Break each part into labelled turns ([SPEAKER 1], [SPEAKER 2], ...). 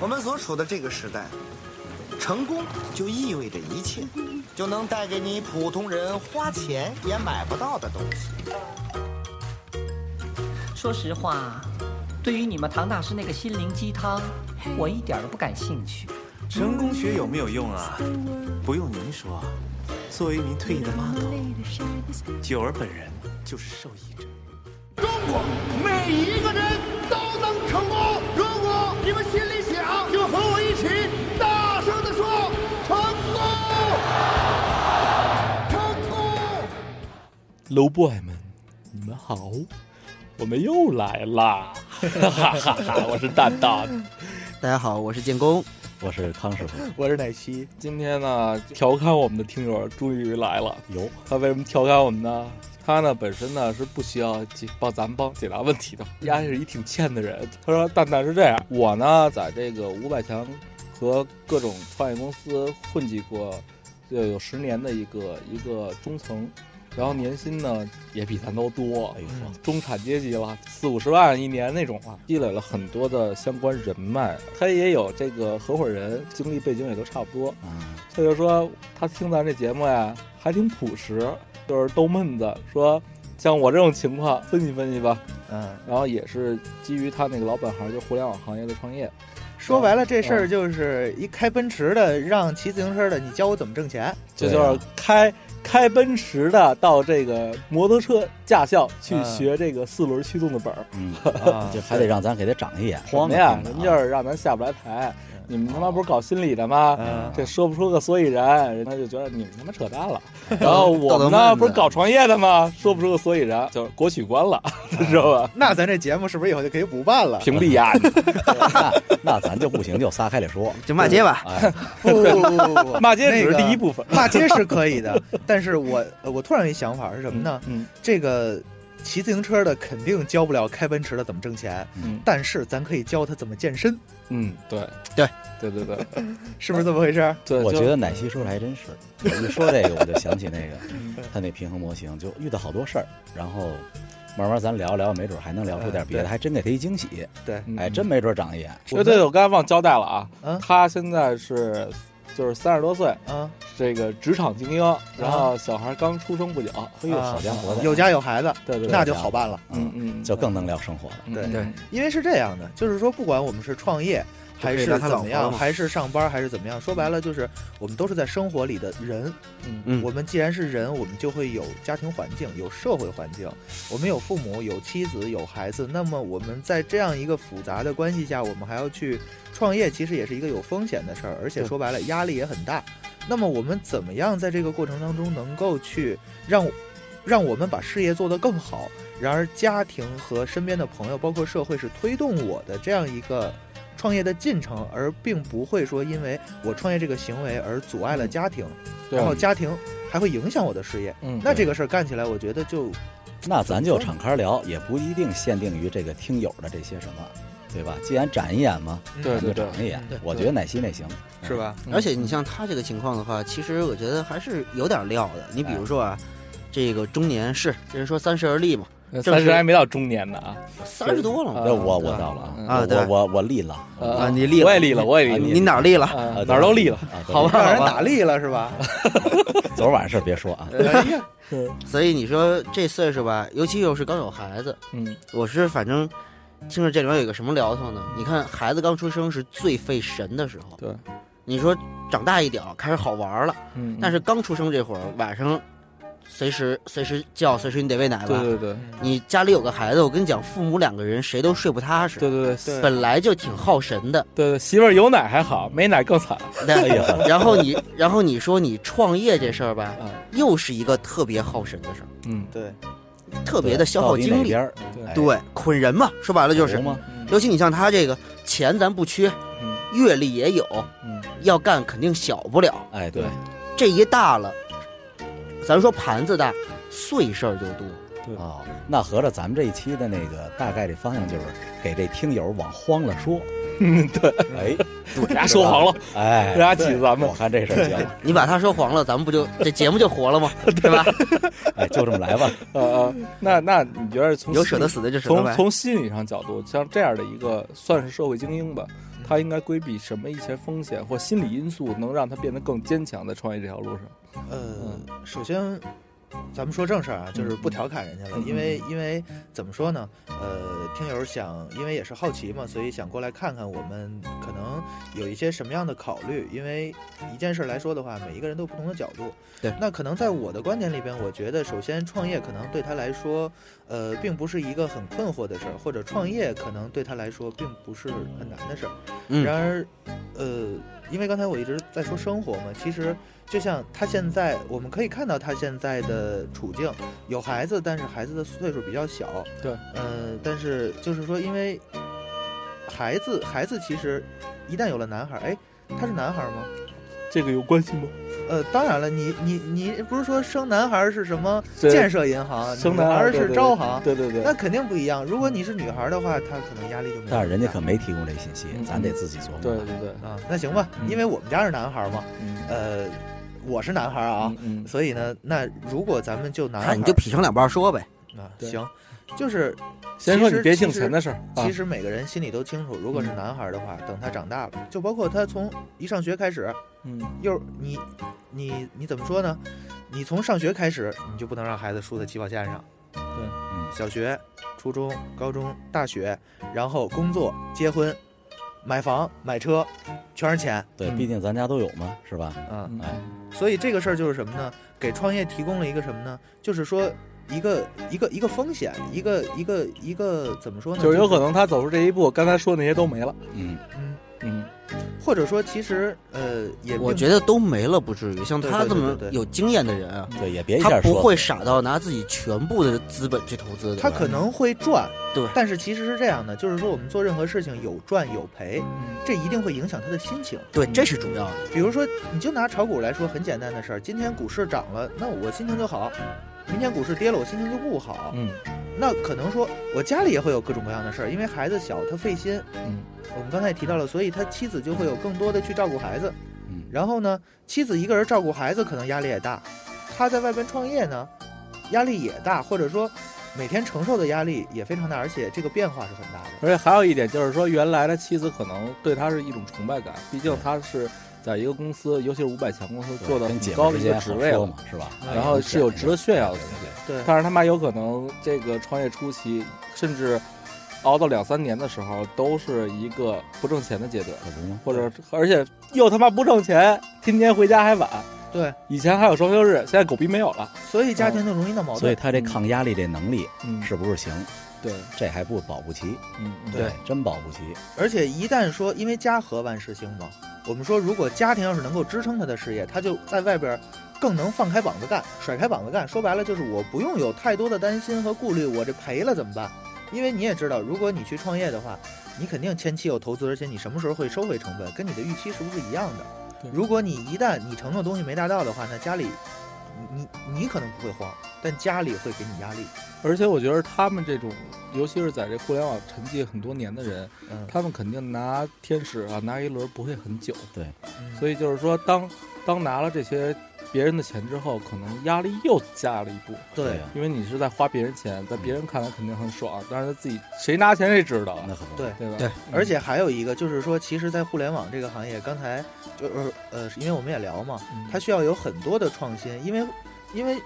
[SPEAKER 1] 我们所处的这个时代，成功就意味着一切，就能带给你普通人花钱也买不到的东西。
[SPEAKER 2] 说实话，对于你们唐大师那个心灵鸡汤，我一点都不感兴趣。
[SPEAKER 3] 成功学有没有用啊？不用您说，作为一名退役的 model，九儿本人就是受益者。
[SPEAKER 4] 中国每一个人都能成功，如果你们心里想，就和我一起大声的说：成功，成功！
[SPEAKER 5] 楼 boy 们，你们好，我们又来啦，哈哈哈！我是蛋蛋，
[SPEAKER 6] 大家好，我是建工，
[SPEAKER 7] 我是康 师傅，
[SPEAKER 8] 我是奶昔。
[SPEAKER 5] 今天呢，调侃我们的听友终于来了。
[SPEAKER 7] 有
[SPEAKER 5] 他为什么调侃我们呢？他呢本身呢是不需要解帮咱们帮解答问题的，丫是一挺欠的人。他说：“蛋蛋是这样，我呢在这个五百强和各种创业公司混迹过，呃有十年的一个一个中层，然后年薪呢也比咱都多，嗯
[SPEAKER 7] 哎呦，
[SPEAKER 5] 中产阶级了，四五十万一年那种了，啊积累了很多的相关人脉，他也有这个合伙人，经历背景也都差不多。
[SPEAKER 7] 嗯，
[SPEAKER 5] 他就说他听咱这节目呀，还挺朴实，就是逗闷子，说像我这种情况分析分析吧。
[SPEAKER 8] 嗯，
[SPEAKER 5] 然后也是基于他那个老本行，就是互联网行业的创业。
[SPEAKER 8] 说白了这事儿就是一开奔驰的让骑自行车的，你教我怎么挣钱？
[SPEAKER 5] 这
[SPEAKER 7] 对啊
[SPEAKER 5] 就是开开奔驰的到这个摩托车驾校去
[SPEAKER 8] 嗯
[SPEAKER 5] 学这个四轮驱动的本儿。
[SPEAKER 7] 嗯，
[SPEAKER 8] 啊
[SPEAKER 7] 这还得让咱给他长一眼，
[SPEAKER 5] 什
[SPEAKER 7] 慌嗯
[SPEAKER 5] 么
[SPEAKER 7] 着
[SPEAKER 5] 呀？
[SPEAKER 7] 听
[SPEAKER 5] 人
[SPEAKER 7] 呢
[SPEAKER 5] 就是让咱下不来台。你们他妈不是搞心理的吗？
[SPEAKER 8] 嗯
[SPEAKER 5] 这说不出个所以然，人家就觉得你们他妈扯淡 了。然后我们
[SPEAKER 6] 道德
[SPEAKER 5] 呢，
[SPEAKER 6] 慢
[SPEAKER 5] 不是搞创业的吗？说不出个所以然，就是国取关了，
[SPEAKER 7] 嗯
[SPEAKER 5] 知道吧？
[SPEAKER 8] 那咱这节目是不是以后就可以不办 了？
[SPEAKER 5] 屏蔽呀！
[SPEAKER 7] 那 那咱就不行，就撒开了说，
[SPEAKER 6] 就骂街吧。
[SPEAKER 7] 哎，
[SPEAKER 8] 不不不不不，
[SPEAKER 5] 骂街只是
[SPEAKER 8] 那个
[SPEAKER 5] 第一部分。
[SPEAKER 8] 骂街是可以的，但是我呃我突然有一想法是什么呢？
[SPEAKER 5] 嗯，
[SPEAKER 8] 这个骑自行车的肯定教不了开奔驰的怎么挣钱，
[SPEAKER 5] 嗯
[SPEAKER 8] 但是咱可以教他怎么健身，
[SPEAKER 5] 嗯，对
[SPEAKER 6] 对
[SPEAKER 5] 对对 对
[SPEAKER 8] 是不是这么回事？
[SPEAKER 5] 对，
[SPEAKER 7] 我
[SPEAKER 5] 就
[SPEAKER 7] 觉得奶昔说的还真是，我一说这个我就想起那个他那平衡模型，就遇到好多事儿，然后慢慢咱聊聊，没准还能聊出点别的，
[SPEAKER 8] 嗯对
[SPEAKER 7] 还真给他一惊喜，
[SPEAKER 8] 对，
[SPEAKER 5] 嗯
[SPEAKER 7] 哎，真没准长一眼。
[SPEAKER 5] 对对，我刚才忘交代了啊
[SPEAKER 8] 嗯，
[SPEAKER 5] 他现在是就是三十多岁，
[SPEAKER 8] 啊，
[SPEAKER 5] 这个职场精英，
[SPEAKER 7] 嗯
[SPEAKER 5] 然后小孩刚出生不久。
[SPEAKER 7] 哎呦，好家伙的，
[SPEAKER 8] 有家有孩子，
[SPEAKER 5] 对对对，
[SPEAKER 8] 那就好办了。
[SPEAKER 5] 嗯
[SPEAKER 7] 嗯，
[SPEAKER 5] 嗯，
[SPEAKER 7] 就更能聊生活了。
[SPEAKER 5] 嗯
[SPEAKER 8] 对
[SPEAKER 5] 嗯
[SPEAKER 6] 对
[SPEAKER 8] 因为是这样的，就是说，不管我们是创业还是
[SPEAKER 6] 就可
[SPEAKER 8] 怎
[SPEAKER 6] 以聊他老
[SPEAKER 8] 么
[SPEAKER 6] 婆
[SPEAKER 8] 样，
[SPEAKER 6] 嘛
[SPEAKER 8] 还是上班还是怎么样，说白了就是我们都是在生活里的人。
[SPEAKER 5] 嗯
[SPEAKER 6] 嗯
[SPEAKER 8] 我们既然是人，我们就会有家庭环境，有社会环境，我们有父母，有妻子，有孩子。那么我们在这样一个复杂的关系下，我们还要去创业，其实也是一个有风险的事儿，而且
[SPEAKER 5] 对
[SPEAKER 8] 说白了压力也很大。那么我们怎么样在这个过程当中能够去让让我们把事业做得更好？然而，家庭和身边的朋友，包括社会，是推动我的这样一个创业的进程，而并不会说因为我创业这个行为而阻碍了家庭，
[SPEAKER 6] 嗯
[SPEAKER 5] 对
[SPEAKER 8] 然后家庭还会影响我的事业。
[SPEAKER 5] 嗯，
[SPEAKER 8] 那这个事儿干起来，我觉得就
[SPEAKER 7] 那咱就敞开聊，也不一定限定于这个听友的这些什么，对吧？既然展一眼嘛，
[SPEAKER 5] 对
[SPEAKER 7] 咱
[SPEAKER 5] 对
[SPEAKER 7] 就
[SPEAKER 5] 对
[SPEAKER 7] 展一眼
[SPEAKER 8] 对。
[SPEAKER 7] 我觉得奶昔那行，
[SPEAKER 8] 嗯是吧？
[SPEAKER 5] 嗯
[SPEAKER 6] 而且你像他这个情况的话，其实我觉得还是有点料的。你比如说啊，这个中年是人说三十而立嘛，
[SPEAKER 5] 三十还没到中年呢啊，
[SPEAKER 6] 三十多了嘛
[SPEAKER 5] 啊
[SPEAKER 7] 那我我到了啊，
[SPEAKER 6] 啊，对
[SPEAKER 7] 我，我我立了，
[SPEAKER 5] 啊
[SPEAKER 6] 啊你立了
[SPEAKER 5] 我也立了，我也
[SPEAKER 7] 啊
[SPEAKER 5] 立
[SPEAKER 6] 你哪儿立了？
[SPEAKER 5] 了，
[SPEAKER 7] 啊
[SPEAKER 5] 啊哪儿都立了。。
[SPEAKER 7] 啊
[SPEAKER 6] 好吧
[SPEAKER 8] 让人打力了是吧？
[SPEAKER 7] 昨儿晚上事儿别说啊，
[SPEAKER 6] 所以你说这岁数吧，尤其又是刚有孩子，
[SPEAKER 5] 嗯，
[SPEAKER 6] 我是反正听着这里面有一个什么聊头呢？你看孩子刚出生是最费神的时候，
[SPEAKER 5] 对，
[SPEAKER 6] 你说长大一点儿开始好玩了，
[SPEAKER 5] 嗯，
[SPEAKER 6] 但是刚出生这会儿晚上。随时随时叫，随时你得喂奶吧。
[SPEAKER 5] 对对对
[SPEAKER 6] 你家里有个孩子，我跟你讲，父母两个人谁都睡不踏实，
[SPEAKER 5] 对对对对
[SPEAKER 6] 本来就挺耗 神的。
[SPEAKER 5] 对，媳妇儿有奶还好，没奶更惨。
[SPEAKER 6] 但
[SPEAKER 7] 哎呀
[SPEAKER 6] 然后你，然后你说你创业这事儿吧
[SPEAKER 5] 嗯，
[SPEAKER 6] 又是一个特别耗神的事儿，
[SPEAKER 5] 嗯，
[SPEAKER 8] 对，
[SPEAKER 6] 特别的消耗精力。
[SPEAKER 7] 对
[SPEAKER 5] 对
[SPEAKER 6] 对，捆人嘛，说白了就
[SPEAKER 7] 就是哎是，吗？
[SPEAKER 6] 尤其你像他这个钱咱不缺，
[SPEAKER 5] 嗯
[SPEAKER 6] 阅历也有，
[SPEAKER 5] 嗯
[SPEAKER 6] 要干肯定小不了。
[SPEAKER 7] 哎，对，
[SPEAKER 6] 这一大了，咱说盘子大，碎事儿就多。
[SPEAKER 7] 哦，那合着咱们这一期的那个大概这方向就是给这听友往慌了说，对，
[SPEAKER 5] 俩说黄了，
[SPEAKER 7] 哎，哎，
[SPEAKER 5] 俩起咱们
[SPEAKER 7] 我。看这事儿行了，
[SPEAKER 6] 你把他说黄了，咱们不就这节目就活了 吗？对吧？
[SPEAKER 7] 哎，就这么来吧，
[SPEAKER 5] 呃呃，那那你觉得从
[SPEAKER 6] 有舍得死的就舍得
[SPEAKER 5] 从
[SPEAKER 6] 呗。
[SPEAKER 5] 从心理上角度，像这样的一个算是社会精英吧，他应该规避什么一些风险或心理因素，能让他变得更坚强，在创业这条路上。
[SPEAKER 8] 呃，首先，咱们说正事儿啊，就是不调侃人家了，因为因为怎么说呢？呃，听友想，因为也是好奇嘛，所以想过来看看我们可能有一些什么样的考虑。因为一件事儿来说的话，每一个人都有不同的角度。
[SPEAKER 6] 对
[SPEAKER 8] 那可能在我的观点里边，我觉得首先创业可能对他来说，呃，并不是一个很困惑的事儿，或者创业可能对他来说并不是很难的事儿。
[SPEAKER 6] 嗯
[SPEAKER 8] 然而，呃，因为刚才我一直在说生活嘛，其实就像他现在，我们可以看到他现在的处境，有孩子，但是孩子的岁数比较小。
[SPEAKER 5] 对，
[SPEAKER 8] 呃，但是就是说，因为孩子，孩子其实一旦有了男孩儿，哎，他是男孩儿吗？
[SPEAKER 5] 这个有关系吗？
[SPEAKER 8] 呃，当然了，你你你不是说生男孩儿是什么
[SPEAKER 5] 这
[SPEAKER 8] 建设银行，
[SPEAKER 5] 生
[SPEAKER 8] 女
[SPEAKER 5] 男
[SPEAKER 8] 孩
[SPEAKER 5] 孩
[SPEAKER 8] 儿
[SPEAKER 5] 儿对
[SPEAKER 8] 是
[SPEAKER 5] 对
[SPEAKER 8] 招行，
[SPEAKER 5] 对对对，
[SPEAKER 8] 那肯定不一样。如果你是女孩儿的话，她可能压力就没有那么大。
[SPEAKER 7] 但是人家可没提供这信息，咱得自己琢磨。
[SPEAKER 5] 对对对，
[SPEAKER 8] 啊，那行吧，因为我们家是男孩儿嘛，
[SPEAKER 5] 嗯
[SPEAKER 8] 呃，我是男孩儿啊，
[SPEAKER 5] 嗯
[SPEAKER 8] 所以呢，那如果咱们就男孩
[SPEAKER 6] 哎看你就劈成两半说呗。
[SPEAKER 8] 就啊，
[SPEAKER 5] 对
[SPEAKER 8] 行，就是
[SPEAKER 5] 嗯，先说你别
[SPEAKER 8] 其
[SPEAKER 5] 姓
[SPEAKER 8] 实
[SPEAKER 5] 陈的事儿啊
[SPEAKER 8] 其。实每个人心里都清楚，如果是
[SPEAKER 5] 嗯
[SPEAKER 8] 男孩儿的话，等他长大了，就包括他从一上学开始，
[SPEAKER 5] 嗯，
[SPEAKER 8] 又你你你怎么说呢？你从上学开始，你就不能让孩子输在起跑线上。对
[SPEAKER 7] 嗯
[SPEAKER 8] 小学、初中、高中、大学，然后工作、结婚、买房、买车，全是钱。
[SPEAKER 7] 对，毕竟咱家都有嘛，是吧？
[SPEAKER 8] 啊。
[SPEAKER 5] 嗯
[SPEAKER 7] 哎，
[SPEAKER 8] 所以这个事儿就是什么呢？给创业提供了一个什么呢？就是说一个一个一个风险，一个一个一个怎么说呢？
[SPEAKER 5] 就是有可，能他走出这一步，刚才说那些都没了。
[SPEAKER 7] 嗯，
[SPEAKER 8] 嗯，
[SPEAKER 5] 嗯，
[SPEAKER 8] 或者说其实呃也并
[SPEAKER 6] 我觉得都没了不至于，像
[SPEAKER 8] 对
[SPEAKER 6] 他
[SPEAKER 8] 对
[SPEAKER 6] 这
[SPEAKER 8] 对
[SPEAKER 6] 么
[SPEAKER 8] 对对
[SPEAKER 6] 有经验的人啊，
[SPEAKER 7] 对，也别一
[SPEAKER 6] 他
[SPEAKER 7] 下说。
[SPEAKER 6] 不会傻到拿自己全部的资本去投资的。
[SPEAKER 8] 他可能会赚，
[SPEAKER 6] 对
[SPEAKER 8] 但是其实是这样的，就是说我们做任何事情有赚有赔，
[SPEAKER 6] 嗯
[SPEAKER 8] 这一定会影响他的心情。
[SPEAKER 6] 对，这是主要的。
[SPEAKER 8] 比如说，你就拿炒股来说，很简单的事儿，今天股市涨了，那我心情就好；明天股市跌了，我心情就不好。
[SPEAKER 5] 嗯，
[SPEAKER 8] 那可能说我家里也会有各种各样的事儿，因为孩子小，他费心。
[SPEAKER 5] 嗯，
[SPEAKER 8] 我们刚才也提到了，所以他妻子就会有更多的去照顾孩子。
[SPEAKER 7] 嗯
[SPEAKER 8] 然后呢，妻子一个人照顾孩子可能压力也大，他在外边创业呢，压力也大，或者说每天承受的压力也非常大，而且这个变化是很大的。
[SPEAKER 5] 而且还有一点就是说，原来的妻子可能对他是一种崇拜感，毕竟他是在一个公司，尤其是五百强公司
[SPEAKER 7] 对
[SPEAKER 5] 做的
[SPEAKER 7] 跟
[SPEAKER 5] 很
[SPEAKER 7] 姐
[SPEAKER 5] 高
[SPEAKER 7] 妹
[SPEAKER 5] 的
[SPEAKER 7] 之
[SPEAKER 5] 一个
[SPEAKER 7] 间
[SPEAKER 5] 职
[SPEAKER 7] 好
[SPEAKER 5] 位
[SPEAKER 7] 说
[SPEAKER 5] 了
[SPEAKER 7] 嘛，，是吧？
[SPEAKER 8] 嗯
[SPEAKER 5] 然后是有值得炫耀的
[SPEAKER 7] 对。对对
[SPEAKER 8] 对，
[SPEAKER 5] 但是他妈有可能这个创业初期，甚至熬到两三年的时候，都是一个不挣钱的阶段，
[SPEAKER 7] 可不吗？
[SPEAKER 5] 或者而且又他妈不挣钱，天天回家还晚。
[SPEAKER 8] 对，
[SPEAKER 5] 以前还有双休日，现在狗逼没有了。
[SPEAKER 8] 所以家庭就容易闹矛
[SPEAKER 7] 所以
[SPEAKER 8] 盾。
[SPEAKER 7] 他这抗压力这能力
[SPEAKER 5] 嗯，
[SPEAKER 7] 是不是行？
[SPEAKER 5] 对，
[SPEAKER 7] 这还不保不齐，
[SPEAKER 5] 嗯，嗯
[SPEAKER 8] 对，
[SPEAKER 7] 真保不齐。
[SPEAKER 8] 而且一旦说，因为家和万事兴嘛，我们说如果家庭要是能够支撑他的事业，他就在外边更能放开膀子干，甩开膀子干。说白了就是我不用有太多的担心和顾虑，我这赔了怎么办？因为你也知道，如果你去创业的话，你肯定前期有投资，而且你什么时候会收回成本，跟你的预期是不是一样的
[SPEAKER 5] 对？
[SPEAKER 8] 如果你一旦你承诺东西没达到的话，那家里你你你可能不会慌，但家里会给你压力。
[SPEAKER 5] 而且我觉得他们这种，尤其是在这互联网沉寂很多年的人，
[SPEAKER 8] 嗯，
[SPEAKER 5] 他们肯定拿天使啊，拿一轮不会很久。所
[SPEAKER 8] 以
[SPEAKER 5] 以就是说，当当拿了这些别人的钱之后，可能压力又加了一步，
[SPEAKER 8] 对
[SPEAKER 7] 呀，
[SPEAKER 5] 因为你是在花别人钱，在
[SPEAKER 6] 嗯
[SPEAKER 5] 别人看来肯定很爽，但是他自己谁拿钱谁知道啊，
[SPEAKER 7] 那可不。
[SPEAKER 8] 对
[SPEAKER 5] 对吧？嗯
[SPEAKER 6] 对
[SPEAKER 8] 而且还有一个就是说，其实，在互联网这个行业，刚才就是呃，因为我们也聊嘛，
[SPEAKER 5] 嗯
[SPEAKER 8] 它需要有很多的创新，因为因为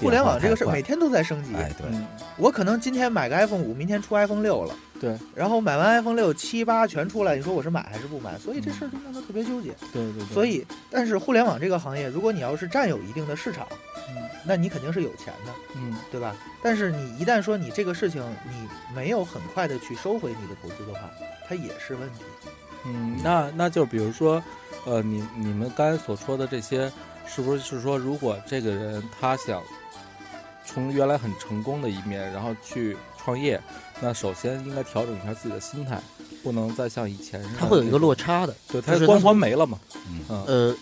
[SPEAKER 8] 互联网这个事
[SPEAKER 7] 变
[SPEAKER 8] 儿
[SPEAKER 7] 化太快
[SPEAKER 8] 每天都在升级。
[SPEAKER 7] 哎，对，
[SPEAKER 5] 嗯
[SPEAKER 8] 我可能今天买个 iPhone 五，明天出 iPhone 六了。
[SPEAKER 5] 对。
[SPEAKER 8] 然后买完 iPhone 六，七八全出来，你说我是买还是不买？所以这事儿就弄得特别纠结。
[SPEAKER 5] 对嗯对对，
[SPEAKER 8] 所以，但是互联网这个行业，如果你要是占有一定的市场，
[SPEAKER 5] 嗯
[SPEAKER 8] 那你肯定是有钱的，
[SPEAKER 5] 嗯
[SPEAKER 8] 对吧？但是你一旦说你这个事情你没有很快的去收回你的投资的话，它也是问题。
[SPEAKER 5] 嗯，那那就比如说，呃，你你们刚才所说的这些，是不是是说，如果这个人他想从原来很成功的一面，然后去创业，那首先应该调整一下自己的心态，不能再像以前似的
[SPEAKER 6] 他会有一个
[SPEAKER 5] 那种
[SPEAKER 6] 落，差的。
[SPEAKER 5] 对，他
[SPEAKER 6] 就
[SPEAKER 5] 的
[SPEAKER 6] 是他
[SPEAKER 5] 光环没了嘛，
[SPEAKER 7] 嗯
[SPEAKER 5] 嗯
[SPEAKER 6] 呃，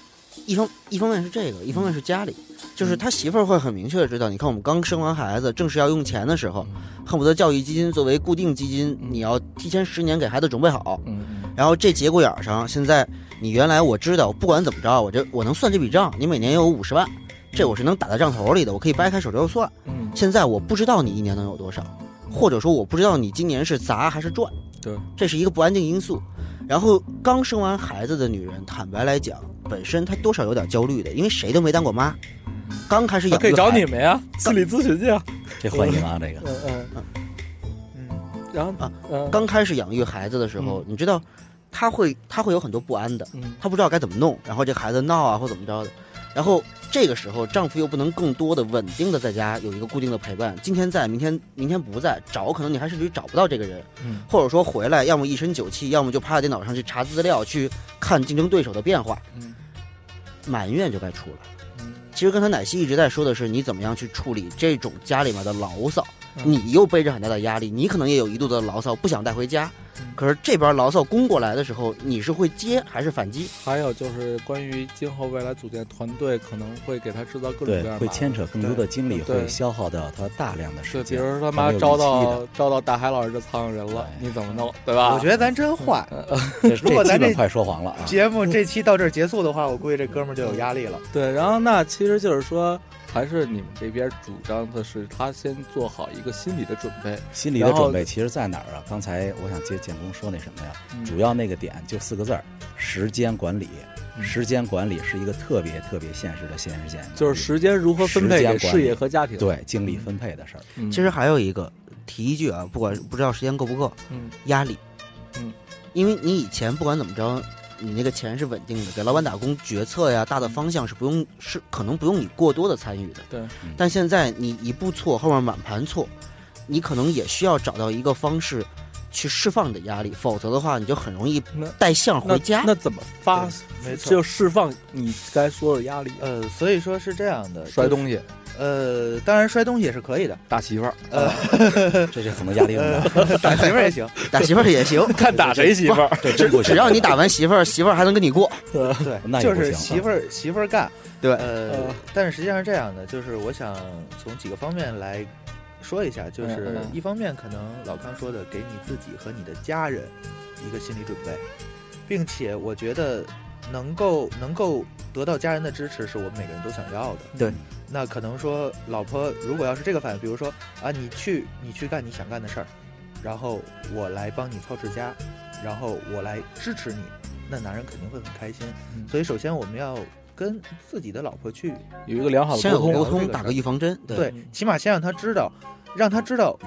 [SPEAKER 6] 一方一方面是这个，一方面是家里，
[SPEAKER 8] 嗯
[SPEAKER 6] 就是他媳妇儿会很明确的知道，你看我们刚生完孩子，正是要用钱的时候，
[SPEAKER 8] 嗯
[SPEAKER 6] 恨不得教育基金作为固定基金，
[SPEAKER 5] 嗯
[SPEAKER 6] 你要提前十年给孩子准备好。
[SPEAKER 5] 嗯嗯
[SPEAKER 6] 然后这节骨眼儿上，现在你原来我知道，不管怎么着，我这我能算这笔账，你每年有五十万，这我是能打在账头里的，我可以掰开手指头算。
[SPEAKER 5] 嗯，
[SPEAKER 6] 现在我不知道你一年能有多少，或者说我不知道你今年是砸还是赚，
[SPEAKER 5] 对，
[SPEAKER 6] 这是一个不安定因素。然后刚生完孩子的女人，坦白来讲，本身她多少有点焦虑的，因为谁都没当过妈，刚开始
[SPEAKER 5] 那
[SPEAKER 6] 养
[SPEAKER 5] 可以
[SPEAKER 6] 育
[SPEAKER 5] 找
[SPEAKER 6] 孩
[SPEAKER 5] 你们呀，心理咨询去啊。
[SPEAKER 7] 这换姨妈这个，
[SPEAKER 5] 嗯嗯嗯，然后
[SPEAKER 6] 啊
[SPEAKER 5] 嗯
[SPEAKER 6] 刚开始养育孩子的时候，你知道，她会她会有很多不安的，
[SPEAKER 5] 嗯
[SPEAKER 6] 她不知道该怎么弄，然后这孩子闹啊或怎么着的，然后这个时候丈夫又不能更多的稳定的在家有一个固定的陪伴，今天在，明天明天不在，找可能你还甚至于找不到这个人，
[SPEAKER 5] 嗯
[SPEAKER 6] 或者说回来要么一身酒气，要么就趴在电脑上去查资料，去看竞争对手的变化，
[SPEAKER 5] 嗯
[SPEAKER 6] 满月就该出了。
[SPEAKER 5] 嗯
[SPEAKER 6] 其实刚才奶昔一直在说的是，你怎么样去处理这种家里面的牢骚，
[SPEAKER 5] 嗯
[SPEAKER 6] 你又背着很大的压力，你可能也有一肚子的牢骚，不想带回家
[SPEAKER 5] 嗯。
[SPEAKER 6] 可是这边牢骚攻过来的时候，你是会接还是反击？
[SPEAKER 5] 还有就是关于今后未来组建团队，可能会给他制造各种各
[SPEAKER 7] 对
[SPEAKER 5] 样的，麻
[SPEAKER 7] 会
[SPEAKER 5] 烦
[SPEAKER 7] 牵扯更多的精力，
[SPEAKER 5] 对对
[SPEAKER 7] 会消耗掉他大量的
[SPEAKER 5] 对，
[SPEAKER 7] 时
[SPEAKER 5] 比
[SPEAKER 7] 间。
[SPEAKER 5] 如他
[SPEAKER 7] 还
[SPEAKER 5] 妈
[SPEAKER 7] 没有
[SPEAKER 5] 招
[SPEAKER 7] 预期
[SPEAKER 5] 到招到大海老师这苍蝇人了，
[SPEAKER 7] 对
[SPEAKER 5] 你怎么弄，对吧？
[SPEAKER 8] 我觉得咱真坏。
[SPEAKER 7] 这
[SPEAKER 8] 如果
[SPEAKER 7] 这
[SPEAKER 8] 咱
[SPEAKER 7] 基本
[SPEAKER 8] 这
[SPEAKER 7] 快说黄了啊！
[SPEAKER 8] 节目这期到这儿结束的话，我估计这哥们儿就有压力了。
[SPEAKER 5] 对，然后那其实就是说，还是你们这边主张的是他先做好一个心理的准备，
[SPEAKER 7] 心里的
[SPEAKER 5] 然后
[SPEAKER 7] 准备其实在哪儿啊？刚才我想接建工说那什么呀？
[SPEAKER 5] 嗯
[SPEAKER 7] 主要那个点就四个字儿：时间管理。
[SPEAKER 5] 嗯
[SPEAKER 7] 时间管理是一个特别特别现实的现实现象，
[SPEAKER 5] 就是时间如何分配
[SPEAKER 7] 时间
[SPEAKER 5] 给
[SPEAKER 7] 管
[SPEAKER 5] 事业
[SPEAKER 7] 理
[SPEAKER 5] 和家庭。，
[SPEAKER 7] 对精力分配的事儿。
[SPEAKER 5] 嗯、
[SPEAKER 6] 其实还有一个提一句啊，不管不知道时间够不够，
[SPEAKER 5] 嗯，
[SPEAKER 6] 压力，
[SPEAKER 5] 嗯，
[SPEAKER 6] 因为你以前不管怎么着，你那个钱是稳定的，给老板打工，决策呀、大的方向是不用是可能不用你过多的参与的。
[SPEAKER 5] 对，
[SPEAKER 7] 嗯
[SPEAKER 6] 但现在你一步错，后面满盘错，你可能也需要找到一个方式去释放你的压力，否则的话你就很容易
[SPEAKER 5] 那
[SPEAKER 6] 带象
[SPEAKER 5] 那
[SPEAKER 6] 回家。
[SPEAKER 5] 那怎么发？
[SPEAKER 8] 没
[SPEAKER 5] 就
[SPEAKER 8] 错，
[SPEAKER 5] 释放你该说的压力，
[SPEAKER 8] 呃，所以说是这样的，
[SPEAKER 5] 摔东
[SPEAKER 8] 西。
[SPEAKER 5] 西，
[SPEAKER 8] 呃，当然摔东西也是可以的，
[SPEAKER 5] 打媳妇儿，嗯
[SPEAKER 7] 这这可能压力更 大，
[SPEAKER 8] 打媳妇儿也行。
[SPEAKER 6] 打媳妇儿也行，
[SPEAKER 5] 呃看打谁媳妇儿。
[SPEAKER 7] 这 真不行。
[SPEAKER 6] 只要你打完媳妇儿，媳妇儿还能跟你过。
[SPEAKER 8] 对，
[SPEAKER 7] 那也
[SPEAKER 8] 就
[SPEAKER 7] 不
[SPEAKER 8] 是
[SPEAKER 7] 行
[SPEAKER 8] 媳妇儿媳妇儿干。
[SPEAKER 6] 对
[SPEAKER 8] 呃，但是实际上是这样的，就是我想从几个方面来说一下，就是
[SPEAKER 5] 嗯嗯
[SPEAKER 8] 一方面可能老康说的，给你自己和你的家人一个心理准备，并且我觉得能够能够得到家人的支持，是我们每个人都想要的。
[SPEAKER 6] 对。
[SPEAKER 8] 那可能说，老婆如果要是这个反应，比如说啊，你去你去干你想干的事儿，然后我来帮你操持家，然后我来支持你，那男人肯定会很开心。
[SPEAKER 5] 嗯
[SPEAKER 8] 所以，首先我们要跟自己的老婆去，
[SPEAKER 5] 有一个良好的
[SPEAKER 6] 先有
[SPEAKER 5] 沟
[SPEAKER 6] 个沟
[SPEAKER 5] 通，
[SPEAKER 6] 通，打个预防针。对，
[SPEAKER 8] 对，起码先让她知道，让她知道，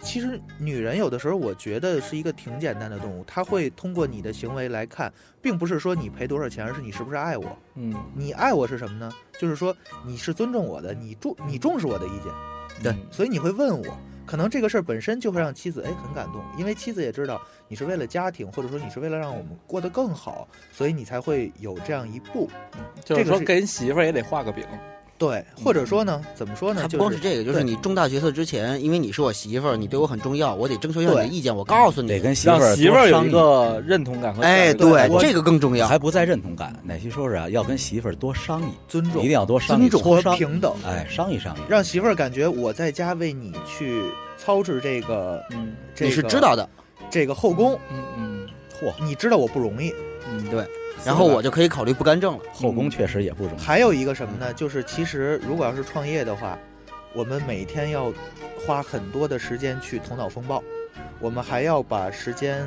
[SPEAKER 8] 其实女人有的时候我觉得是一个挺简单的动物，她会通过你的行为来看，并不是说你赔多少钱，而是你是不是爱我。
[SPEAKER 5] 嗯，
[SPEAKER 8] 你爱我是什么呢？就是说你是尊重我的，你重你重视我的意见，
[SPEAKER 6] 对
[SPEAKER 5] 嗯
[SPEAKER 8] 所以你会问我。可能这个事儿本身就会让妻子哎很感动，因为妻子也知道你是为了家庭，或者说你是为了让我们过得更好，所以你才会有这样一步。
[SPEAKER 5] 就是
[SPEAKER 8] 这个
[SPEAKER 5] 说
[SPEAKER 8] 是
[SPEAKER 5] 跟媳妇儿也得画个饼，
[SPEAKER 8] 对，或者说呢，怎么说呢？
[SPEAKER 6] 还
[SPEAKER 8] 就
[SPEAKER 6] 不光是这个，就是
[SPEAKER 8] 对
[SPEAKER 6] 你重大决策之前，因为你是我媳妇儿，你对我很重要，我得征求一下你的意见，我告诉
[SPEAKER 7] 得
[SPEAKER 6] 你。
[SPEAKER 7] 跟媳妇
[SPEAKER 5] 让
[SPEAKER 7] 儿
[SPEAKER 5] 媳妇儿
[SPEAKER 7] 多
[SPEAKER 5] 有
[SPEAKER 7] 商
[SPEAKER 5] 一
[SPEAKER 7] 议
[SPEAKER 5] 个认同感和价值
[SPEAKER 6] 哎，
[SPEAKER 5] 感
[SPEAKER 6] 对，
[SPEAKER 5] 我
[SPEAKER 6] 这个更重要。
[SPEAKER 7] 还不在认同感。奶昔说是啊，要跟媳妇儿多商议，
[SPEAKER 8] 尊
[SPEAKER 7] 一
[SPEAKER 8] 重
[SPEAKER 7] 定、要多商
[SPEAKER 6] 尊
[SPEAKER 7] 议，
[SPEAKER 6] 重
[SPEAKER 7] 磋商，
[SPEAKER 8] 平等，
[SPEAKER 7] 哎，商议商议，
[SPEAKER 8] 让媳妇儿感觉我在家为你去操持这个，
[SPEAKER 5] 嗯
[SPEAKER 8] 这个、
[SPEAKER 6] 你是知道的，
[SPEAKER 8] 这个后宫，
[SPEAKER 5] 嗯嗯
[SPEAKER 7] 嚯，
[SPEAKER 8] 你知道我不容易。
[SPEAKER 5] 嗯，
[SPEAKER 6] 对然后我就可以考虑不干政了。
[SPEAKER 7] 后宫确实也不容易。
[SPEAKER 8] 还有一个什么呢？就是其实如果要是创业的话，我们每天要花很多的时间去头脑风暴，我们还要把时间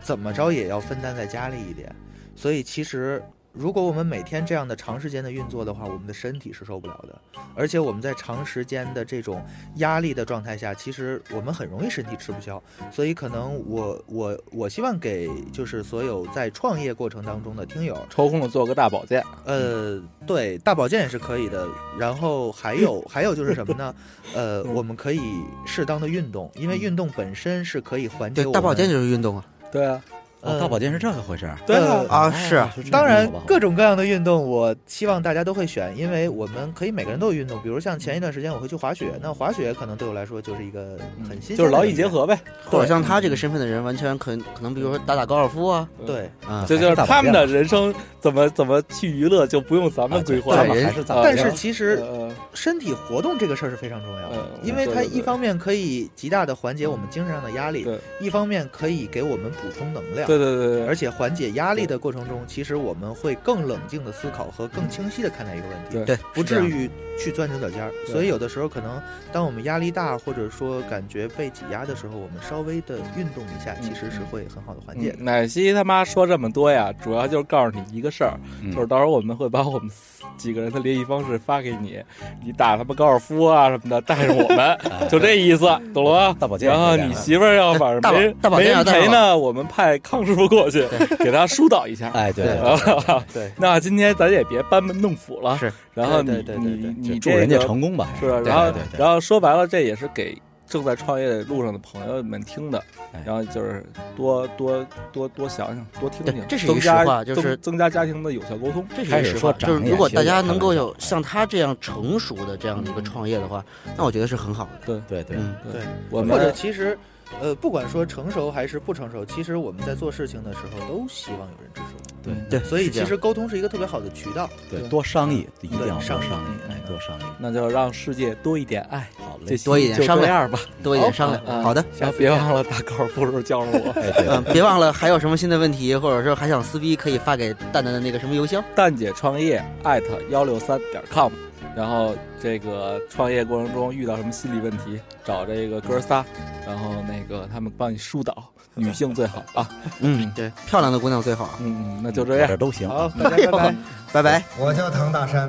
[SPEAKER 8] 怎么着也要分担在家里一点。所以其实如果我们每天这样的长时间的运作的话，我们的身体是受不了的。而且我们在长时间的这种压力的状态下，其实我们很容易身体吃不消。所以可能我我我希望给就是所有在创业过程当中的听友。
[SPEAKER 5] 抽空了做个大保健，
[SPEAKER 8] 呃，对，大保健也是可以的。然后还有还有就是什么呢？呃，我们可以适当的运动，因为运动本身是可以缓解
[SPEAKER 6] 对
[SPEAKER 8] 我，们。
[SPEAKER 6] 大保健就是运动啊。
[SPEAKER 5] 对啊，
[SPEAKER 7] 哦，
[SPEAKER 8] 呃
[SPEAKER 7] 大保健是这个回事儿。
[SPEAKER 5] 对啊
[SPEAKER 8] 呃
[SPEAKER 6] 啊
[SPEAKER 7] 哦
[SPEAKER 6] 是啊
[SPEAKER 7] 这样
[SPEAKER 8] 当然
[SPEAKER 7] 好吧好吧
[SPEAKER 8] 各种各样的运动，我希望大家都会选，因为我们可以每个人都有运动。比如像前一段时间我会去滑雪，那滑雪可能对我来说就是一个很新鲜的运动，
[SPEAKER 5] 嗯就是劳逸结合呗，
[SPEAKER 6] 或者像他这个身份的人，完全可可能，比如说打打高尔夫啊，
[SPEAKER 5] 嗯
[SPEAKER 8] 对。
[SPEAKER 6] 啊，
[SPEAKER 5] 这就是他们的人生怎么怎么去娱乐，就不用咱
[SPEAKER 7] 啊
[SPEAKER 5] 们规划
[SPEAKER 7] 咱
[SPEAKER 5] 了。
[SPEAKER 7] 们还是咱
[SPEAKER 5] 呃
[SPEAKER 7] 们
[SPEAKER 8] 但
[SPEAKER 5] 聊
[SPEAKER 8] 是其实
[SPEAKER 5] 呃
[SPEAKER 8] 身体活动这个事儿是非常重要的
[SPEAKER 5] 嗯，
[SPEAKER 8] 因为
[SPEAKER 5] 对
[SPEAKER 8] 它
[SPEAKER 5] 对对
[SPEAKER 8] 一方面可以极大的缓解我们精神上的压力
[SPEAKER 5] 对，
[SPEAKER 8] 一方面可以给我们补充能量。
[SPEAKER 5] 对嗯对对对
[SPEAKER 8] 而且缓解压力的过程中，其实我们会更冷静的思考和更清晰的看待一个问题，
[SPEAKER 5] 对
[SPEAKER 6] 对，
[SPEAKER 8] 不
[SPEAKER 6] 是这样
[SPEAKER 8] 至于去钻牛角尖儿。
[SPEAKER 5] 对
[SPEAKER 8] 所以有的时候可能，当我们压力大或者说感觉被挤压的时候，我们稍微的运动一
[SPEAKER 6] 嗯
[SPEAKER 8] 下，其实是会很好的缓解
[SPEAKER 5] 嗯
[SPEAKER 8] 的。
[SPEAKER 5] 奶昔他妈说这么多呀，主要就是告诉你一个事儿，
[SPEAKER 7] 嗯
[SPEAKER 5] 就是到时候我们会把我们几个人的联系方式发给你，你打他妈高尔夫啊什么的，带上我们，就这意思，懂了吧？
[SPEAKER 7] 大保健
[SPEAKER 5] 然后你媳妇儿要反
[SPEAKER 6] 大
[SPEAKER 5] 正
[SPEAKER 6] 保
[SPEAKER 5] 没人
[SPEAKER 6] 大保
[SPEAKER 5] 没
[SPEAKER 6] 健啊
[SPEAKER 5] 人
[SPEAKER 6] 大保
[SPEAKER 5] 陪呢，我们派康师傅过去给他疏导一下。
[SPEAKER 7] 哎，对，
[SPEAKER 6] 对
[SPEAKER 7] 对
[SPEAKER 5] 啊，
[SPEAKER 8] 对，
[SPEAKER 5] 那今天咱也别班门弄斧了，
[SPEAKER 6] 是。
[SPEAKER 5] 然后你
[SPEAKER 8] 对对对对对
[SPEAKER 5] 你
[SPEAKER 7] 就
[SPEAKER 5] 你
[SPEAKER 7] 祝
[SPEAKER 5] 这
[SPEAKER 7] 人家
[SPEAKER 5] 个
[SPEAKER 7] 成功吧，还
[SPEAKER 5] 是吧？
[SPEAKER 7] 对
[SPEAKER 5] 然后
[SPEAKER 7] 对对
[SPEAKER 5] 然后说白了，这也是给正在创业路上的朋友们听的
[SPEAKER 7] 哎。
[SPEAKER 5] 然后就是多多多多想想，多听听
[SPEAKER 6] 对，这是一
[SPEAKER 5] 增
[SPEAKER 6] 个
[SPEAKER 5] 加
[SPEAKER 6] 实话就
[SPEAKER 5] 增
[SPEAKER 6] 是
[SPEAKER 5] 增加家庭的有效沟通。
[SPEAKER 6] 这是
[SPEAKER 7] 开
[SPEAKER 6] 一个
[SPEAKER 7] 始
[SPEAKER 6] 实
[SPEAKER 7] 说
[SPEAKER 6] 话，就
[SPEAKER 7] 长
[SPEAKER 6] 是
[SPEAKER 7] 一
[SPEAKER 6] 如果
[SPEAKER 7] 眼
[SPEAKER 6] 大
[SPEAKER 7] 其实
[SPEAKER 6] 家
[SPEAKER 7] 开
[SPEAKER 6] 能
[SPEAKER 7] 玩
[SPEAKER 6] 够
[SPEAKER 7] 笑
[SPEAKER 6] 有像他这样成熟的这样的一个创业的话，那我觉得是很好的。
[SPEAKER 7] 对对，
[SPEAKER 6] 嗯，
[SPEAKER 8] 对，
[SPEAKER 5] 我
[SPEAKER 8] 或者
[SPEAKER 5] 们
[SPEAKER 8] 其实，呃，不管说成熟还是不成熟，其实我们在做事情的时候都希望有人支持我
[SPEAKER 7] 对
[SPEAKER 6] 对，
[SPEAKER 8] 们，所以
[SPEAKER 6] 是这
[SPEAKER 8] 其
[SPEAKER 6] 样
[SPEAKER 8] 实沟通是一个特别好的渠道。
[SPEAKER 7] 对，多商议，一定要多
[SPEAKER 8] 对商
[SPEAKER 7] 商
[SPEAKER 8] 议
[SPEAKER 7] 议，哎，多商议。
[SPEAKER 5] 那就让世界多一点爱，
[SPEAKER 7] 好嘞
[SPEAKER 5] 这，期
[SPEAKER 6] 多一点
[SPEAKER 5] 就
[SPEAKER 6] 商
[SPEAKER 5] 这
[SPEAKER 6] 量
[SPEAKER 5] 样吧。
[SPEAKER 6] 多一点商
[SPEAKER 5] 啊
[SPEAKER 6] 量。好的，
[SPEAKER 5] 然后别忘了打高尔夫的时候叫上我。
[SPEAKER 7] 哎，对
[SPEAKER 6] 嗯，别忘了还有什么新的问题，或者说还想撕逼，可以发给蛋蛋的那个什么邮箱。
[SPEAKER 5] 蛋姐创业艾特幺六三点 com，然后这个创业过程中遇到什么心理问题，找这个哥仨，然后那个他们帮你疏导，女性最好啊。
[SPEAKER 6] 嗯，对，漂亮的姑娘最好。啊
[SPEAKER 5] 嗯，那就
[SPEAKER 7] 我
[SPEAKER 5] 这样
[SPEAKER 7] 这。都行。
[SPEAKER 8] 好， 大家拜拜。
[SPEAKER 6] 拜拜。
[SPEAKER 4] 我叫唐大山，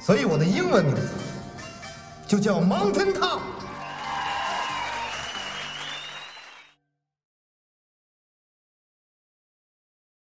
[SPEAKER 4] 所以我的英文名字就叫 Mountain Top。